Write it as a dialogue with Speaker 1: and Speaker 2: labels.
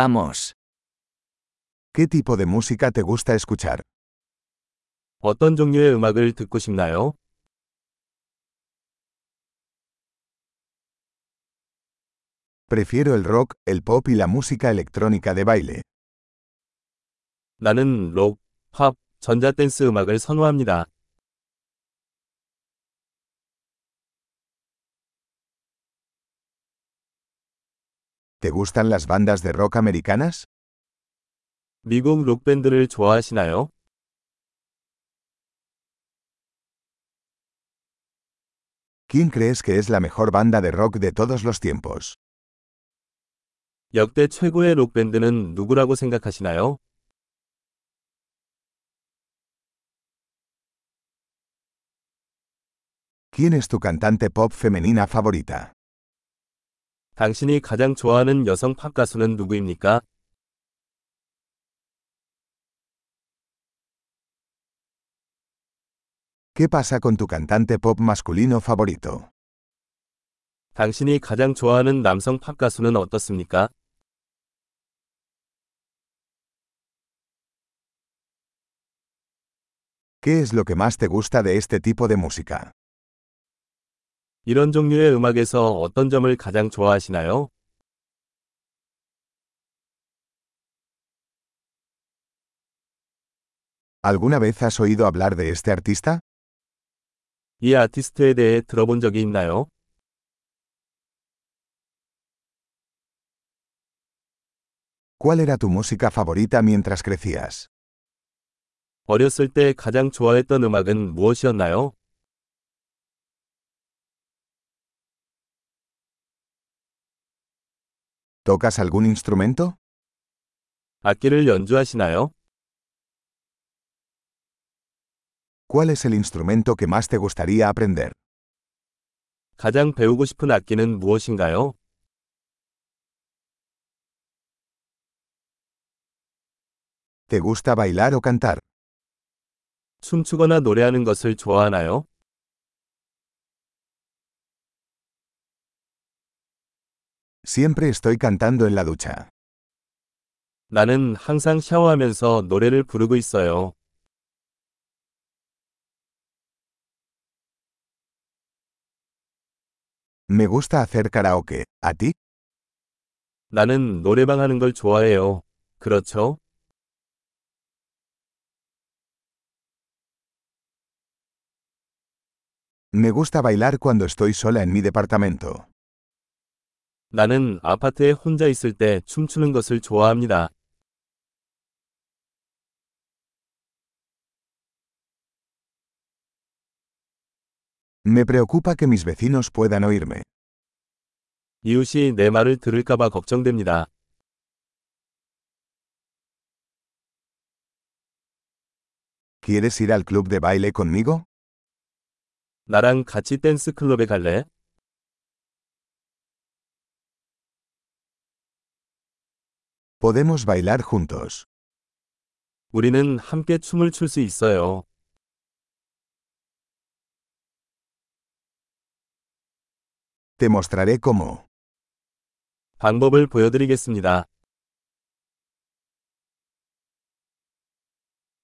Speaker 1: Vamos.
Speaker 2: ¿Qué tipo de música te gusta escuchar?
Speaker 3: 어떤 종류의 음악을 듣고 싶나요?
Speaker 2: Prefiero el rock, el pop y la música electrónica de baile.
Speaker 3: 나는 록, 팝, 전자댄스 음악을 선호합니다.
Speaker 2: ¿Te gustan las bandas de rock americanas?
Speaker 3: 미국 록밴드를 좋아하시나요?
Speaker 2: ¿Quién crees que es la mejor banda de rock de todos los tiempos?
Speaker 3: 역대 최고의 록밴드는 누구라고 생각하시나요?
Speaker 2: ¿Quién es tu cantante pop femenina favorita?
Speaker 3: 당신이 가장 좋아하는 여성 팝 가수는 누구입니까?
Speaker 2: ¿Qué pasa con tu cantante pop masculino favorito?
Speaker 3: 당신이 가장 좋아하는 남성 팝 가수는 어떻습니까?
Speaker 2: ¿Qué es lo que más te gusta de este tipo de música?
Speaker 3: 이런 종류의 음악에서 어떤 점을 가장 좋아하시나요?
Speaker 2: ¿Alguna vez has oído hablar de este artista?
Speaker 3: 이 아티스트에 대해 들어본 적이 있나요?
Speaker 2: ¿Cuál era tu música favorita mientras crecías?
Speaker 3: 어렸을 때 가장 좋아했던 음악은 무엇이었나요?
Speaker 2: ¿Tocas algún instrumento?
Speaker 3: 악기를 연주하시나요?
Speaker 2: ¿Cuál es el instrumento que más te gustaría aprender?
Speaker 3: 가장 배우고 싶은 악기는 무엇인가요?
Speaker 2: ¿Te gusta bailar o cantar?
Speaker 3: 춤추거나 노래하는 것을 좋아하나요?
Speaker 2: Siempre estoy cantando en la ducha.
Speaker 3: 나는 항상 샤워하면서 노래를 부르고 있어요.
Speaker 2: Me gusta hacer karaoke. ¿A ti?
Speaker 3: 나는 노래방 하는 걸 좋아해요. 그렇죠?
Speaker 2: Me gusta bailar cuando estoy sola en mi departamento.
Speaker 3: 나는 아파트에 혼자 있을 때 춤추는 것을 좋아합니다.
Speaker 2: Me preocupa que mis vecinos puedan oírme.
Speaker 3: 이웃이 내 말을 들을까봐 걱정됩니다.
Speaker 2: ¿Quieres ir al club de baile conmigo?
Speaker 3: 나랑 같이 댄스 클럽에 갈래?
Speaker 2: Podemos bailar juntos.
Speaker 3: 우리는 함께 춤을 출 수 있어요.
Speaker 2: Te mostraré cómo.
Speaker 3: 방법을 보여드리겠습니다.